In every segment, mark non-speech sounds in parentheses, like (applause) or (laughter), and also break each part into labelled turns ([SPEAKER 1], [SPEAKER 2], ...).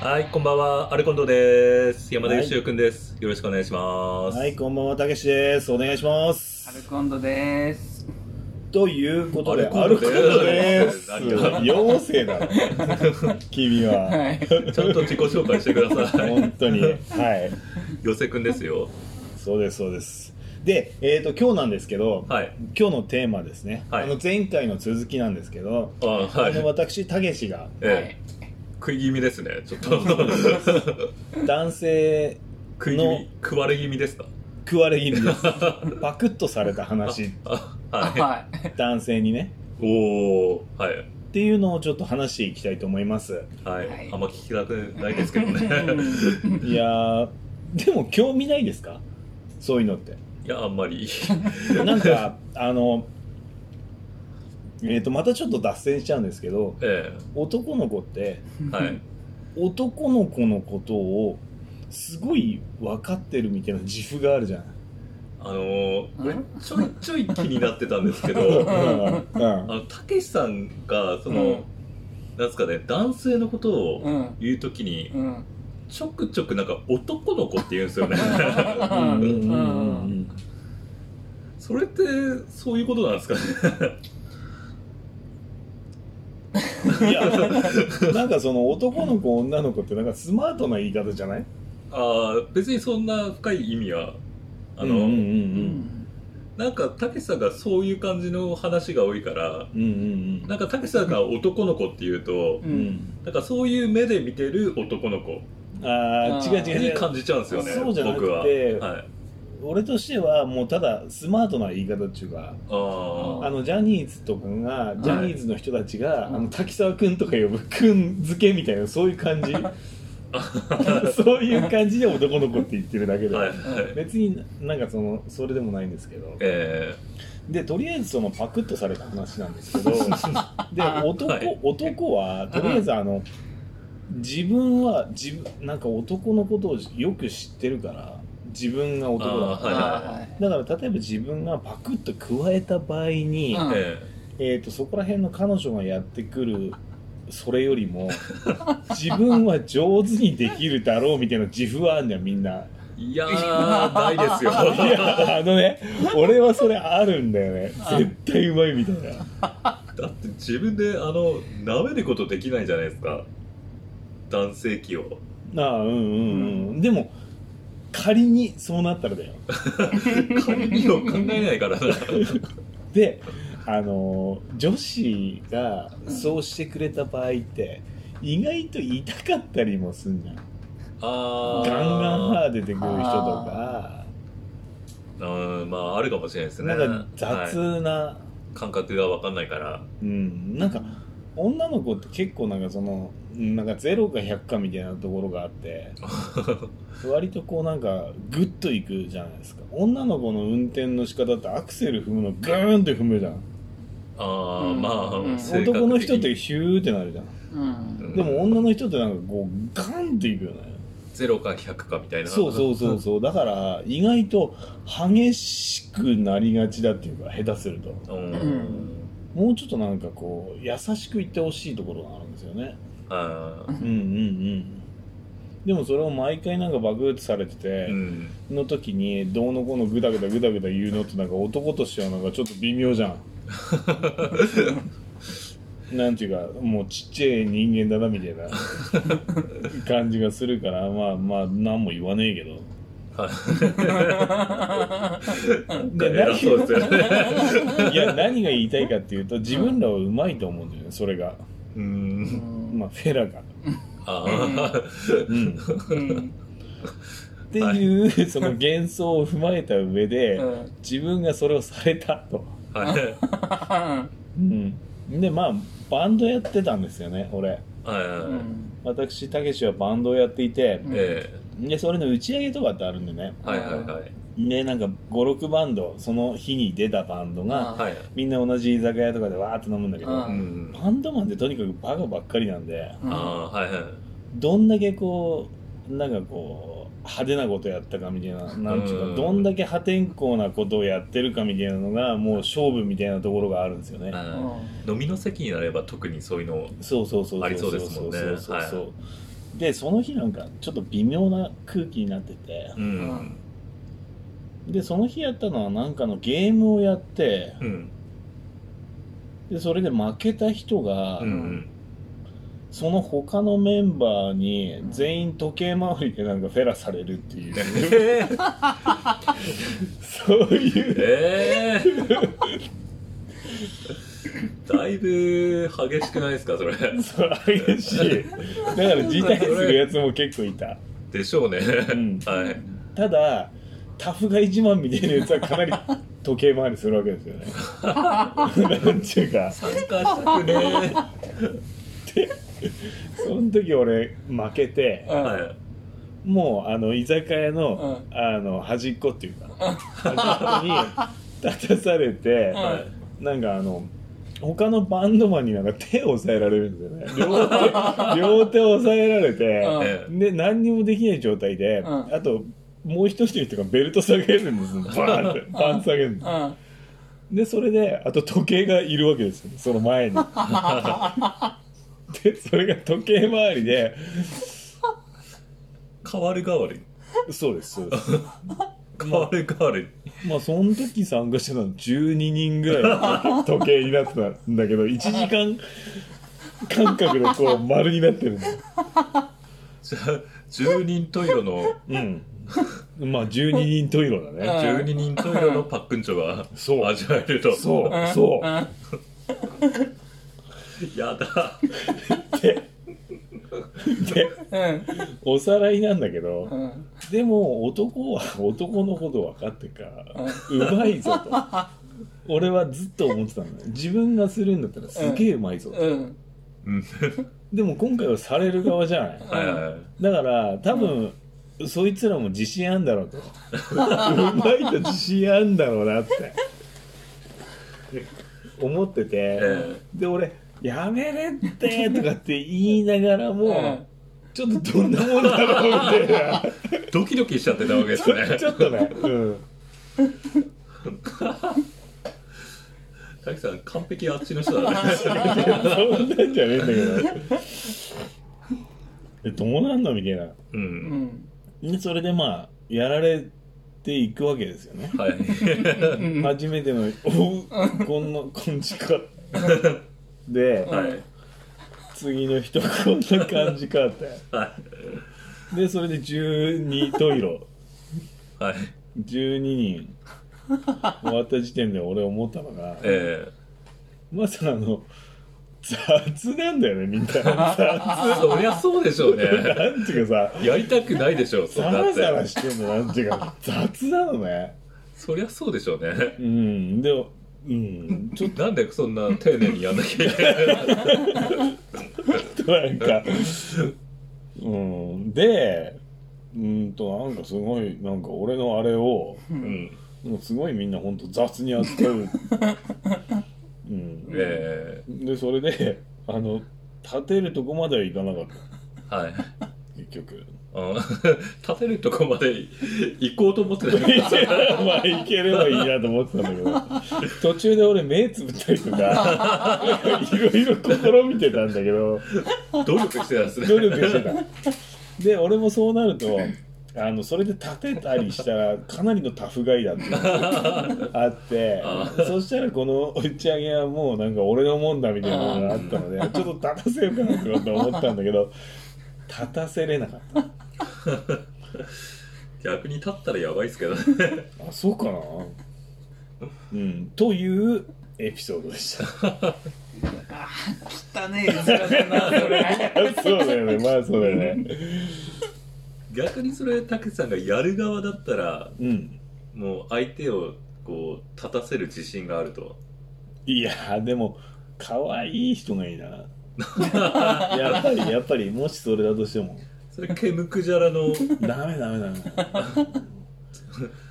[SPEAKER 1] はい、こんばんは、アルコンドです。山田義雄くんです、よろしくお願いします。
[SPEAKER 2] はい、こんばんは、たけしです。お願いします
[SPEAKER 3] ア。ルコンドです。
[SPEAKER 2] ということで、
[SPEAKER 1] ア
[SPEAKER 2] ア
[SPEAKER 1] ル
[SPEAKER 2] ル
[SPEAKER 1] コ
[SPEAKER 2] コ
[SPEAKER 1] ー
[SPEAKER 2] ー
[SPEAKER 1] ル
[SPEAKER 2] ル
[SPEAKER 1] で
[SPEAKER 2] ですす。妖精だね、君
[SPEAKER 3] は
[SPEAKER 2] は。
[SPEAKER 3] い。
[SPEAKER 1] ちゃんと自己紹介してください。
[SPEAKER 2] (laughs) 本当に。はい。
[SPEAKER 1] よせくんですよ。
[SPEAKER 2] そうです、そうです。で、えっ、と、今日なんですけど、
[SPEAKER 1] はい。
[SPEAKER 2] 今日のテーマですね、
[SPEAKER 1] はい
[SPEAKER 2] あの前回の続きなんですけど、
[SPEAKER 1] あ、は
[SPEAKER 2] あの
[SPEAKER 1] い。
[SPEAKER 2] 私、たけしが
[SPEAKER 1] ええ、食い気味ですね、ちょっと。 (laughs)
[SPEAKER 2] 男性
[SPEAKER 1] 食い気味、食われ気味ですか
[SPEAKER 2] 食われ気
[SPEAKER 1] (laughs)
[SPEAKER 2] 味です。パクッとされた話、
[SPEAKER 1] あ、
[SPEAKER 3] はい。
[SPEAKER 1] は
[SPEAKER 3] はい。
[SPEAKER 2] 男性にね。
[SPEAKER 1] い。おおはい。
[SPEAKER 2] っていうのをちょっと話していきたいと思います。
[SPEAKER 1] は。
[SPEAKER 3] はいい
[SPEAKER 1] あんま聞きたくないですけどね。
[SPEAKER 3] (laughs)
[SPEAKER 2] いやー、でも興味ないですかそういうのって。
[SPEAKER 1] いや、あんまり。
[SPEAKER 2] なんかあのえっ、とまたちょっと脱線しちゃうんですけど
[SPEAKER 1] え
[SPEAKER 2] 男の子って
[SPEAKER 1] え、 (laughs) はい。
[SPEAKER 2] 男の子のことをすごい分かってるみたいな自負があるじゃない。
[SPEAKER 1] あのー、これちょいちょい気になってたんですけど、
[SPEAKER 2] う
[SPEAKER 1] あ
[SPEAKER 2] んうん
[SPEAKER 1] の、たけしさんが、その、
[SPEAKER 3] うん
[SPEAKER 1] なんですかね、男性のこと
[SPEAKER 3] う
[SPEAKER 1] を
[SPEAKER 3] ん。
[SPEAKER 1] 言うときに、
[SPEAKER 3] うん。
[SPEAKER 1] ちょくちょくなんか男の子って言うん
[SPEAKER 2] (laughs)
[SPEAKER 1] ですよね。
[SPEAKER 2] うんうん
[SPEAKER 3] う
[SPEAKER 2] うん
[SPEAKER 3] ん。
[SPEAKER 1] それって、そういうことなんですかね。
[SPEAKER 2] いやなんかその男の子女の子ってなんかスマートな言い方じゃない
[SPEAKER 1] ああ、別にそんな深い意味は、あの、
[SPEAKER 2] うんうん
[SPEAKER 1] なんか、たけしさんがそういう感じの話が多いから、
[SPEAKER 2] うんうんうん
[SPEAKER 1] なんか、たけしさんが男の子っていうと
[SPEAKER 3] う、。
[SPEAKER 2] うんん
[SPEAKER 1] なんかそういう目で見てる男の子
[SPEAKER 2] あー違う違う違
[SPEAKER 1] に
[SPEAKER 2] う
[SPEAKER 1] 感じちゃうんですよね、
[SPEAKER 2] そうじゃなくて
[SPEAKER 1] 僕は。はい。
[SPEAKER 2] 俺としてはもうただスマートな言い方っていうか
[SPEAKER 1] あ
[SPEAKER 2] あ
[SPEAKER 1] あ。
[SPEAKER 2] のジャニーズとかがジャニーズの人たちが、
[SPEAKER 3] い
[SPEAKER 2] あの滝沢君とか呼ぶ「君付け」みたいなそういう
[SPEAKER 1] (laughs)
[SPEAKER 2] 感じそういう感じで男の子って言ってるだけで、
[SPEAKER 1] はいはい。
[SPEAKER 2] 別になんかそのそれでもないんですけど
[SPEAKER 1] え
[SPEAKER 2] でとりあえずそのパクッとされた話なんですけ
[SPEAKER 1] (laughs)
[SPEAKER 2] どで男,、
[SPEAKER 1] はい
[SPEAKER 2] 男はとりあえずあの自分は自分なんか男のことをよく知ってるから自分が男だ
[SPEAKER 1] あー
[SPEAKER 2] か
[SPEAKER 1] はい
[SPEAKER 2] ら。
[SPEAKER 3] はい。
[SPEAKER 2] だから例えば自分がパクッと加えた場合に、
[SPEAKER 3] うん
[SPEAKER 1] ー、え
[SPEAKER 2] えー、とそこら辺の彼女がやってくるそれよりも (laughs) 自分は上手にできるだろうみたいな自負はあんじゃんみんな
[SPEAKER 1] ー。いやー、ないですよ。
[SPEAKER 2] (laughs) いやあのね俺はそれあるんだよね絶対うまいみたいな
[SPEAKER 1] だって自分であの舐めることできないじゃないですか男性器を
[SPEAKER 2] ああうんうんうん、でも仮にそうなったらだよ
[SPEAKER 1] 仮にを考えないからな
[SPEAKER 2] であのー女子がそうしてくれた場合って意外と痛かったりもすんじゃん
[SPEAKER 1] あー
[SPEAKER 2] ガンガン歯出てくる人とか
[SPEAKER 1] うんまああるかもしれないですね
[SPEAKER 2] なんか雑な、
[SPEAKER 1] い感覚が分かんないから
[SPEAKER 2] うんなんか女の子って結構なんかそのうんなんか0か100かみたいなところがあって割とこうなんかグッといくじゃないですか女の子の運転の仕方ってアクセル踏むのガーンって踏むじゃん
[SPEAKER 1] ああ、
[SPEAKER 3] うん
[SPEAKER 1] まあ、
[SPEAKER 3] うん
[SPEAKER 1] 性格的に
[SPEAKER 2] 男の人ってヒューってなるじゃん
[SPEAKER 3] うん。
[SPEAKER 2] でも女の人ってなんかこうガーンっていくよね
[SPEAKER 1] 0か100かみたいな
[SPEAKER 2] そうそうそうそうだから意外と激しくなりがちだっていうか下手すると
[SPEAKER 1] うん、
[SPEAKER 3] うん
[SPEAKER 2] もうちょっとなんかこう優しく言ってほしいところがあるんですよね
[SPEAKER 1] あ
[SPEAKER 2] うんうんうんでもそれを毎回なんかバグってされて
[SPEAKER 1] ー
[SPEAKER 2] て
[SPEAKER 1] う、ん
[SPEAKER 2] の時にどうのこうのグダグダグダグダ言うのってなんか男としてはなんかちょっと微妙じゃ
[SPEAKER 1] (laughs)
[SPEAKER 2] んなんていうかもうちっちゃい人間だなみたいな感じがするからまあまあ何も言わねえけど
[SPEAKER 1] なんか偉そうですよね
[SPEAKER 2] いや何が言いたいかっていうと自分らはうまいと思うんだよねそれが
[SPEAKER 3] う
[SPEAKER 1] う
[SPEAKER 3] んん
[SPEAKER 2] まあフェラが、
[SPEAKER 1] ああ
[SPEAKER 2] うん、
[SPEAKER 3] うん
[SPEAKER 2] っていう、 (laughs) その幻想を踏まえた上で、
[SPEAKER 3] うん
[SPEAKER 2] 自分がそれをされたと、
[SPEAKER 1] はい
[SPEAKER 2] うん、でまあバンドやってたんですよね俺
[SPEAKER 1] はい、
[SPEAKER 3] うん
[SPEAKER 2] 私たけしはバンドをやっていて、
[SPEAKER 1] え
[SPEAKER 2] でそれの打ち上げとかってあるんでね
[SPEAKER 1] えはいはいはい
[SPEAKER 2] でなんか56バンドその日に出たバンドが、
[SPEAKER 1] はい
[SPEAKER 2] みんな同じ居酒屋とかでわーっと飲むんだけど、
[SPEAKER 3] うん
[SPEAKER 1] うん
[SPEAKER 2] バンドマンってとにかくバカばっかりなんで
[SPEAKER 3] うん
[SPEAKER 1] ああーはいはい
[SPEAKER 2] どんだけこうなんかこう派手なことやったかみたいななんていう
[SPEAKER 1] うん
[SPEAKER 2] かどんだけ破天荒なことをやってるかみたいなのがもう勝負みたいなところがあるんですよね。
[SPEAKER 1] うん飲みの席になれば特にそういうの
[SPEAKER 2] そうそうそう
[SPEAKER 1] ありそうですもんね
[SPEAKER 2] そうそうそうそう、
[SPEAKER 1] は
[SPEAKER 2] でその日なんかちょっと微妙な空気になってて
[SPEAKER 1] う、ん
[SPEAKER 2] でその日やったのはなんかのゲームをやって
[SPEAKER 1] うん
[SPEAKER 2] でそれで負けた人が、
[SPEAKER 1] うん
[SPEAKER 2] その他のメンバーに全員時計回りでなんかフェラされるっていう
[SPEAKER 1] えー
[SPEAKER 2] そういう
[SPEAKER 1] えーだいぶ激しくないですかそれ
[SPEAKER 2] そう激しいだから辞退するやつも結構いた、
[SPEAKER 1] でしょうね、
[SPEAKER 2] うん
[SPEAKER 1] はい
[SPEAKER 2] ただタフガイ自慢みたいなやつはかなり時計回りするわけ
[SPEAKER 3] (laughs)
[SPEAKER 2] ですよねなんちゅうか
[SPEAKER 1] 参加したくねー
[SPEAKER 2] その時俺負けて
[SPEAKER 1] はい
[SPEAKER 2] もうあの居酒屋の,、
[SPEAKER 3] う
[SPEAKER 2] あの端っこっていうか端っこに立たされて、
[SPEAKER 3] うん
[SPEAKER 1] はい
[SPEAKER 2] なんかあの他のバンドマンになんか手を押さえられるんですよね両手 (laughs) 両手を押さえられて、
[SPEAKER 1] ええ
[SPEAKER 2] で何にもできない状態で、
[SPEAKER 3] うん
[SPEAKER 2] あともう一人の人がベルト下げるんですよバーンってバン下げるんですでそれであと時計がいるわけですよその前にでそれが時計回りで
[SPEAKER 1] 変わる変わり
[SPEAKER 2] そうですそうです
[SPEAKER 1] 変わる変わり
[SPEAKER 2] まあその時参加してたの12人ぐらいの時計になってたんだけど1時間間隔でこう丸になってるんです
[SPEAKER 1] じゃあ10人トイロの
[SPEAKER 2] うん。まあ12人トイロだね。
[SPEAKER 1] 12人トイロのパックンチョが
[SPEAKER 2] そう
[SPEAKER 1] 味わえると
[SPEAKER 2] そう
[SPEAKER 1] やだ
[SPEAKER 2] で、おさらいなんだけど、でも男は男のこと分かってるから、うまいぞと。俺はずっと思ってたんだよ。自分がするんだったらすげえうまいぞと。
[SPEAKER 1] うん
[SPEAKER 2] でも今回はされる側じゃない。
[SPEAKER 1] はいはい
[SPEAKER 2] だから多分、そいつらも自信あんだろうと。うまいと自信あんだろうなって。思ってて。
[SPEAKER 1] え
[SPEAKER 2] で俺「やめれって」とかって言いながらも、ちょっとどんなもんだろうみたいな
[SPEAKER 1] ードキドキしちゃってたわけです
[SPEAKER 2] ち
[SPEAKER 1] (laughs)
[SPEAKER 2] ょ
[SPEAKER 1] ね
[SPEAKER 2] ちょっとね、うん、
[SPEAKER 1] 滝さん完璧あっちの人だ
[SPEAKER 2] (laughs)
[SPEAKER 1] ね
[SPEAKER 2] そんなんじゃねえんだけどえどうなんのみたいな
[SPEAKER 1] うん
[SPEAKER 2] でそれでまあやられていくわけですよね
[SPEAKER 1] はい
[SPEAKER 2] 初めての「おうこんなこん
[SPEAKER 1] (laughs)
[SPEAKER 2] ちか」で
[SPEAKER 1] はい
[SPEAKER 2] 次の人こんな感じかって
[SPEAKER 1] は
[SPEAKER 2] でそれで12トイロ
[SPEAKER 1] いはい
[SPEAKER 2] 12人終わった時点で俺思ったのが
[SPEAKER 1] え
[SPEAKER 2] まさあの雑なんだよねみんな雑
[SPEAKER 1] ーそりゃそうでしょうね
[SPEAKER 2] なんていうかさ
[SPEAKER 1] やりたくないでしょうそん
[SPEAKER 2] サ
[SPEAKER 1] なっ
[SPEAKER 2] ラサラ
[SPEAKER 1] て
[SPEAKER 2] してんのなんていうか雑なのね
[SPEAKER 1] そりゃそうでしょうね
[SPEAKER 2] うんでうんちょっ
[SPEAKER 1] なんでそんな丁寧にやんなきゃいけないの
[SPEAKER 2] となんかうんでうんとなんかすごいなんか俺のあれを (laughs)
[SPEAKER 1] うん
[SPEAKER 2] もうすごいみんなほんと雑に
[SPEAKER 1] (laughs)
[SPEAKER 2] 扱う、うん、
[SPEAKER 1] え
[SPEAKER 2] でそれであの立てるとこまではいかなかった
[SPEAKER 1] ーはい
[SPEAKER 2] 結局 (laughs)
[SPEAKER 1] うん立てるとこまで行こうと思ってたけど
[SPEAKER 2] まあいければいいなと思ってたんだけど途中で俺目つぶったりとか
[SPEAKER 1] (laughs)
[SPEAKER 2] いろいろ試みてたんだけど
[SPEAKER 1] 努力してたんですね
[SPEAKER 2] 努力してたで俺もそうなるとあのそれで立てたりしたらかなりのタフガイだっていう
[SPEAKER 1] (laughs)
[SPEAKER 2] のがあって
[SPEAKER 1] あ
[SPEAKER 2] そしたらこの打ち上げはもうなんか俺のもんだみたいなのがあっ
[SPEAKER 1] (laughs)
[SPEAKER 2] たのでちょっと立たせようかなってことは思ったんだけど立たせれなかった
[SPEAKER 1] 逆に立ったらやばいっすけどね
[SPEAKER 2] あそうかなうんというエピソード
[SPEAKER 1] (laughs)
[SPEAKER 2] でしたそうだよね、まあそうだよね。
[SPEAKER 1] 逆にそれたけさんがやる側だったら
[SPEAKER 2] うん。
[SPEAKER 1] もう相手をこう立たせる自信があると
[SPEAKER 2] いやー、でも、可愛い人がいいな。 (laughs) やっぱり、やっぱり、もしそれだとしても、
[SPEAKER 1] それケムクジャラの (laughs)
[SPEAKER 2] ダメダメダメ。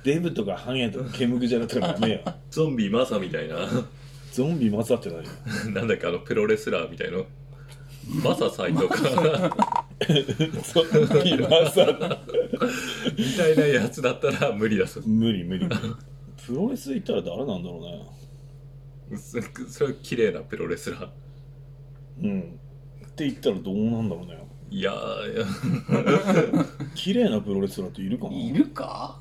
[SPEAKER 2] デブとかハゲとかケムクジャラとかダメよ。
[SPEAKER 1] ゾンビマサみたいな (laughs)
[SPEAKER 2] ゾンビ混ざってないよ。
[SPEAKER 1] なんだっけあのプロレスラーみたいなマサさんとか
[SPEAKER 2] そ今さ
[SPEAKER 1] みたいなやつだったら無理だぞ
[SPEAKER 2] 無理無理無理プロレス行ったら誰なんだろ
[SPEAKER 1] そそれは綺麗なプロレスラー
[SPEAKER 2] うねうんって言ったらどうなんだろうね
[SPEAKER 1] いやーいや
[SPEAKER 2] 綺麗なプロレスラーっているかない
[SPEAKER 3] るか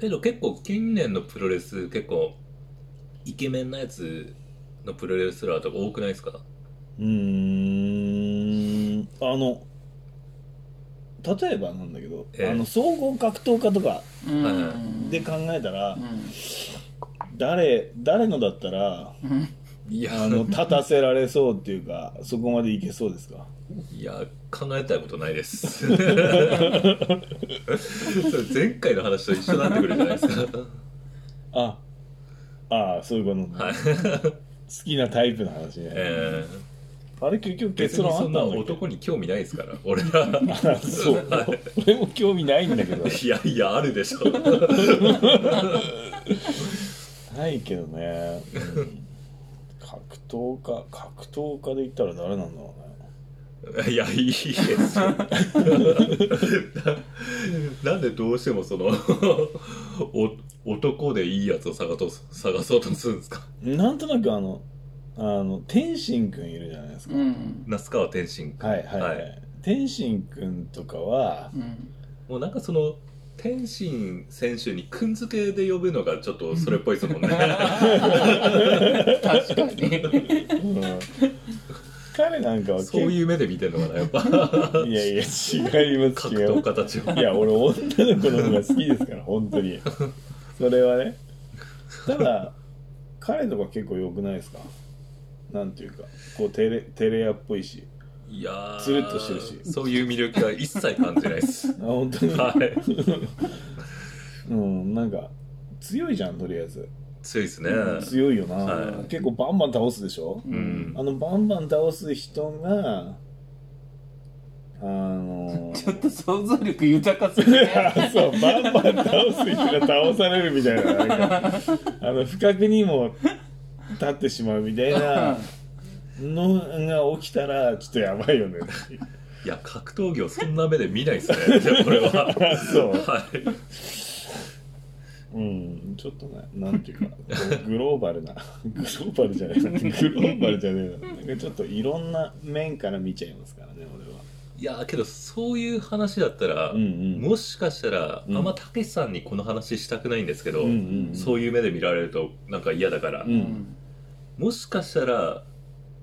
[SPEAKER 1] けど結構近年のプロレス結構イケメンなやつのプロレスラーとか多くないですか
[SPEAKER 2] うーんあの例えばなんだけど、
[SPEAKER 1] ええ
[SPEAKER 2] あの総合格闘家とか
[SPEAKER 3] うん
[SPEAKER 1] はいは
[SPEAKER 2] で考えたら、
[SPEAKER 3] うん
[SPEAKER 2] 誰誰のだったら
[SPEAKER 3] うん
[SPEAKER 1] いや (laughs)
[SPEAKER 2] あの立たせられそうっていうかそこまでいけそうですか
[SPEAKER 1] いや考えたいことないです
[SPEAKER 2] (laughs)
[SPEAKER 1] それ前回の話と一緒になってくるじゃないですか
[SPEAKER 2] あああそういうことね、
[SPEAKER 1] はい
[SPEAKER 2] 好きなタイプの話ね、
[SPEAKER 1] えー
[SPEAKER 2] あれ結局
[SPEAKER 1] 別
[SPEAKER 2] 結
[SPEAKER 1] に
[SPEAKER 2] 論あっ
[SPEAKER 1] そ
[SPEAKER 2] た
[SPEAKER 1] ん
[SPEAKER 2] ん
[SPEAKER 1] な
[SPEAKER 2] だ
[SPEAKER 1] 男に興味ないですから俺ら
[SPEAKER 2] (laughs) あそう
[SPEAKER 1] はい
[SPEAKER 2] 俺も興味ないんだけど
[SPEAKER 1] いやいやあるでしょ
[SPEAKER 2] ないけどね、うん格闘家格闘家で言ったら誰なんだろうね
[SPEAKER 1] いやいいですよななんでどうしてもそのお男でいいやつを探と探そうとするんですか
[SPEAKER 2] なんとなくあの、あの、天心くんいるじゃないですか。
[SPEAKER 3] うん
[SPEAKER 1] 那須川天心君
[SPEAKER 2] はいはいはい。天心くんとかは、
[SPEAKER 3] うん
[SPEAKER 1] もうなんかその天心選手にくんづけで呼ぶのがちょっとそれっぽいです
[SPEAKER 2] (laughs)
[SPEAKER 1] もんね
[SPEAKER 3] 確かに
[SPEAKER 2] うん彼な
[SPEAKER 1] (laughs)
[SPEAKER 2] んかは
[SPEAKER 1] そういう目で見てるのかなやっぱ格
[SPEAKER 2] う。いやいや、違います違い
[SPEAKER 1] 闘
[SPEAKER 2] ま
[SPEAKER 1] 家たちを
[SPEAKER 2] す。いや、俺、女の子の方が好きですから、本当に。それはね。ただ、彼とか結構良くないですかなんていうか、こう、テレ、テレ屋っぽいし。
[SPEAKER 1] いやー
[SPEAKER 2] つるっとしてるし
[SPEAKER 1] そういう魅力は一切感じないです
[SPEAKER 2] (laughs) あ、本当に。
[SPEAKER 1] はい
[SPEAKER 2] うん、なんか、強いじゃん、とりあえず。
[SPEAKER 1] 強いですね
[SPEAKER 2] 強いよな、
[SPEAKER 1] はい
[SPEAKER 2] 結構バンバン倒すでしょ
[SPEAKER 1] う
[SPEAKER 3] うん
[SPEAKER 1] ん
[SPEAKER 2] あのバンバン倒す人があの
[SPEAKER 3] ちょっと想像力豊かすぎて
[SPEAKER 2] そうバンバン倒す人が倒されるみたいななんかあの不覚にも立ってしまうみたいなのが起きたらちょっとやばいよね
[SPEAKER 1] いや格闘技をそんな目で見ないですねいやこれは
[SPEAKER 2] そう
[SPEAKER 1] はい
[SPEAKER 2] うんちょっとねなんていうかこうグローバルなグローバルじゃないなグローバルじゃねえななんかちょっといろんな面から見ちゃいますからね俺は。
[SPEAKER 1] いやけどそういう話だったら、
[SPEAKER 2] うんうん
[SPEAKER 1] もしかしたら、
[SPEAKER 2] うん
[SPEAKER 1] あんまたけしさんにこの話したくないんですけど、
[SPEAKER 2] うんうんうん
[SPEAKER 1] そういう目で見られるとなんか嫌だから、
[SPEAKER 2] う
[SPEAKER 3] うんん
[SPEAKER 1] もしかしたら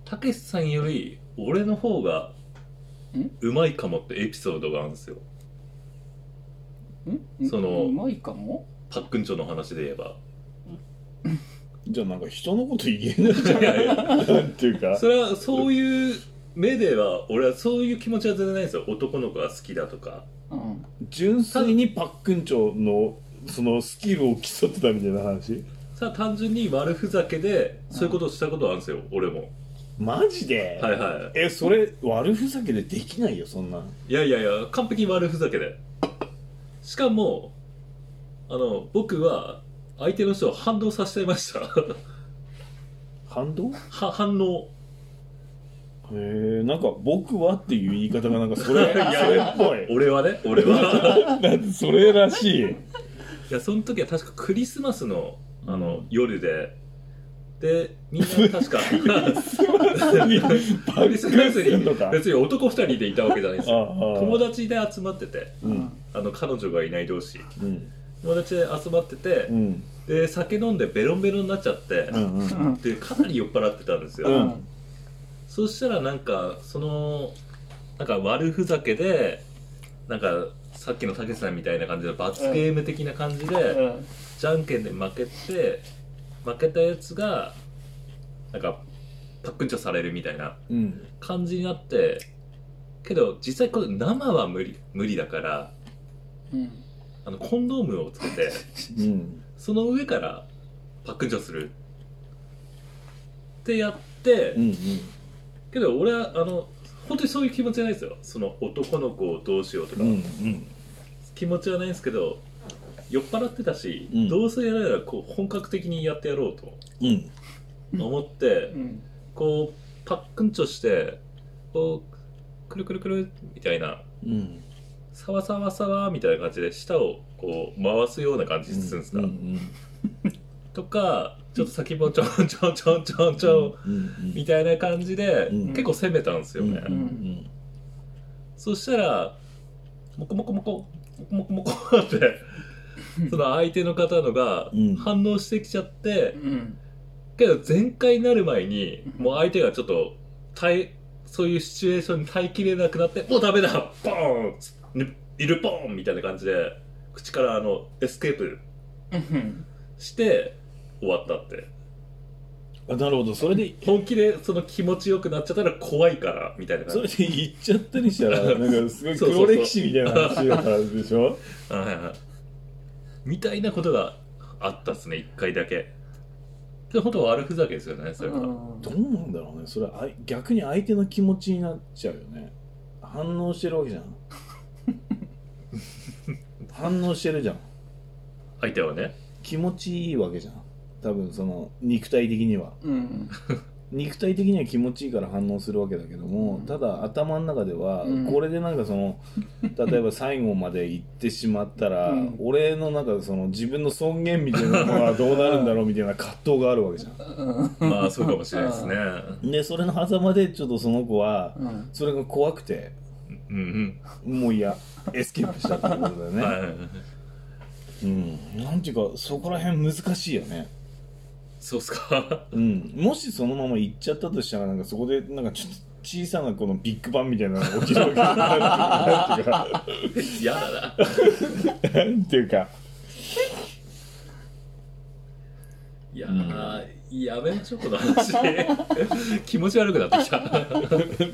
[SPEAKER 1] たけしさんより俺の方が
[SPEAKER 3] ん
[SPEAKER 1] うまいかもってエピソードがあるんですよ
[SPEAKER 3] うん
[SPEAKER 1] その
[SPEAKER 3] うまいかも
[SPEAKER 1] パックンチョの話で言えば
[SPEAKER 2] じゃあなんか人のこと言えないじゃ
[SPEAKER 1] いやいや
[SPEAKER 2] ん。なんていうか。
[SPEAKER 1] それはそういう目では俺はそういう気持ちは全然ないんですよ男の子が好きだとか
[SPEAKER 3] うん
[SPEAKER 2] 純粋にパックンチョのそのスキルを競ってたみたいな話。
[SPEAKER 1] さあ単純に悪ふざけでそういうことをしたことあるんですよ、俺も
[SPEAKER 2] マジで、
[SPEAKER 1] はいはい
[SPEAKER 2] え、それ悪ふざけでできないよ、そんなん。
[SPEAKER 1] いやいやいや完璧に悪ふざけでしかもあの僕は相手の人を反応させていました (laughs)
[SPEAKER 2] 反動へ
[SPEAKER 1] は反応
[SPEAKER 2] え、なんか僕はっていう言い方がなんかそれ、そ
[SPEAKER 1] や
[SPEAKER 2] れっぽい。
[SPEAKER 1] 俺はね俺は
[SPEAKER 2] だってそれらしい。
[SPEAKER 1] いやその時は確かクリスマスのあの、
[SPEAKER 2] うん
[SPEAKER 1] 夜ででみんな確か
[SPEAKER 2] パ
[SPEAKER 1] クリスマス
[SPEAKER 2] すん
[SPEAKER 1] に
[SPEAKER 2] のか。
[SPEAKER 1] 別に男2人でいたわけじゃないです
[SPEAKER 2] あ
[SPEAKER 1] よ
[SPEAKER 2] あ
[SPEAKER 1] 友達で集まってて
[SPEAKER 2] うん。
[SPEAKER 1] あの彼女がいない同士
[SPEAKER 2] うん。
[SPEAKER 1] 友達で集まってて、
[SPEAKER 2] うん。
[SPEAKER 1] で酒飲んでベロンベロンになっちゃって、
[SPEAKER 2] うん。うん。
[SPEAKER 3] うん
[SPEAKER 1] でかなり酔っ払ってたんですよ、
[SPEAKER 2] うん
[SPEAKER 1] そしたらなんかそのなんか悪ふざけでなんかさっきのたけしさんみたいな感じで罰ゲーム的な感じで、
[SPEAKER 3] うん
[SPEAKER 1] じゃんけんで負けて負けたやつがなんかパックンチョされるみたいな
[SPEAKER 2] うん。
[SPEAKER 1] 感じになってけど実際これ生は無理無理だから
[SPEAKER 3] うん
[SPEAKER 1] あのコンドームをつけて
[SPEAKER 2] うん。
[SPEAKER 1] その上からパックンチョするってやって、
[SPEAKER 2] うん。
[SPEAKER 1] けど俺はあの本当にそういう気持ちじゃないですよその男の子をどうしようとか、
[SPEAKER 2] うん。うん。
[SPEAKER 1] 気持ちはないんですけど酔っ払ってたし、
[SPEAKER 2] うん
[SPEAKER 1] どうせやるならこう本格的にやってやろうと
[SPEAKER 2] うん。
[SPEAKER 1] 思って、
[SPEAKER 3] うん
[SPEAKER 1] こうパックンチョしてこうくるくるくるみたいな
[SPEAKER 2] うん
[SPEAKER 1] さわさわさわみたいな感じで舌をこう回すような感じするんですか、
[SPEAKER 2] うんうん
[SPEAKER 1] とかちょっと先っぽちょんちょんちょんちょんちょん
[SPEAKER 2] うんうん
[SPEAKER 1] みたいな感じで、
[SPEAKER 2] うん
[SPEAKER 1] 結構攻めたんですよね、
[SPEAKER 2] うんうん
[SPEAKER 1] そしたらモコモコモコモコモコモコってその相手の方のが
[SPEAKER 2] うん
[SPEAKER 1] 反応してきちゃって、
[SPEAKER 3] うん
[SPEAKER 1] けど全開になる前に
[SPEAKER 3] うん
[SPEAKER 1] もう相手がちょっと耐えそういうシチュエーションに耐えきれなくなって「もうダメだポーンぬいるポーン!」みたいな感じで口からあのエスケープ
[SPEAKER 3] うん
[SPEAKER 1] して終わったって
[SPEAKER 2] あなるほどそれで
[SPEAKER 1] 本気でその気持ちよくなっちゃったら怖いからみたいな
[SPEAKER 2] そ
[SPEAKER 1] 感
[SPEAKER 2] れ
[SPEAKER 1] じ
[SPEAKER 2] で言っちゃったりしたら (laughs) なん
[SPEAKER 1] そう
[SPEAKER 2] かすごい
[SPEAKER 1] そうそう
[SPEAKER 2] 黒歴史みたいな話だからでしょ
[SPEAKER 1] はいはいはいみたいなことがあったっすね一回だけで本当は悪ふざけですよねそれは、
[SPEAKER 2] どうなんだろうねそれあい逆に相手の気持ちになっちゃうよね反応してるわけじゃ (laughs) ん反応してるじゃん
[SPEAKER 1] 相手はね
[SPEAKER 2] 気持ちいいわけじゃん多分その肉体的には
[SPEAKER 3] うん
[SPEAKER 2] 肉体的には気持ちいいから反応するわけだけども、
[SPEAKER 3] うん
[SPEAKER 2] ただ頭の中では、
[SPEAKER 3] うん
[SPEAKER 2] これでなんか
[SPEAKER 3] (laughs)
[SPEAKER 2] その例えば最後まで行ってしまったら、
[SPEAKER 3] うん
[SPEAKER 2] 俺の中でその自分の尊厳みたいなのはどうなるんだろうみたいな葛藤があるわけじゃん。
[SPEAKER 3] うん
[SPEAKER 1] まあそうかもしれないですね
[SPEAKER 2] でそれの狭間でちょっとその子は
[SPEAKER 3] うん
[SPEAKER 2] それが怖くて
[SPEAKER 1] うん
[SPEAKER 2] もういやエスケープしたっていうことだよ
[SPEAKER 1] うん
[SPEAKER 3] (laughs)
[SPEAKER 2] ね、
[SPEAKER 1] はいはいはい
[SPEAKER 2] うん、なんていうかそこら辺難しいよね、
[SPEAKER 1] そうっすか (laughs)
[SPEAKER 2] うん、もしそのまま行っちゃったとしたらなんかそこでなんかちょっと小さなこのビッグバンみたいなのが起きるわけじゃないっていうか
[SPEAKER 1] 嫌だな
[SPEAKER 2] (laughs) なんていうか、
[SPEAKER 1] い (laughs) やーやめましょうこの話気持ち悪くなってきた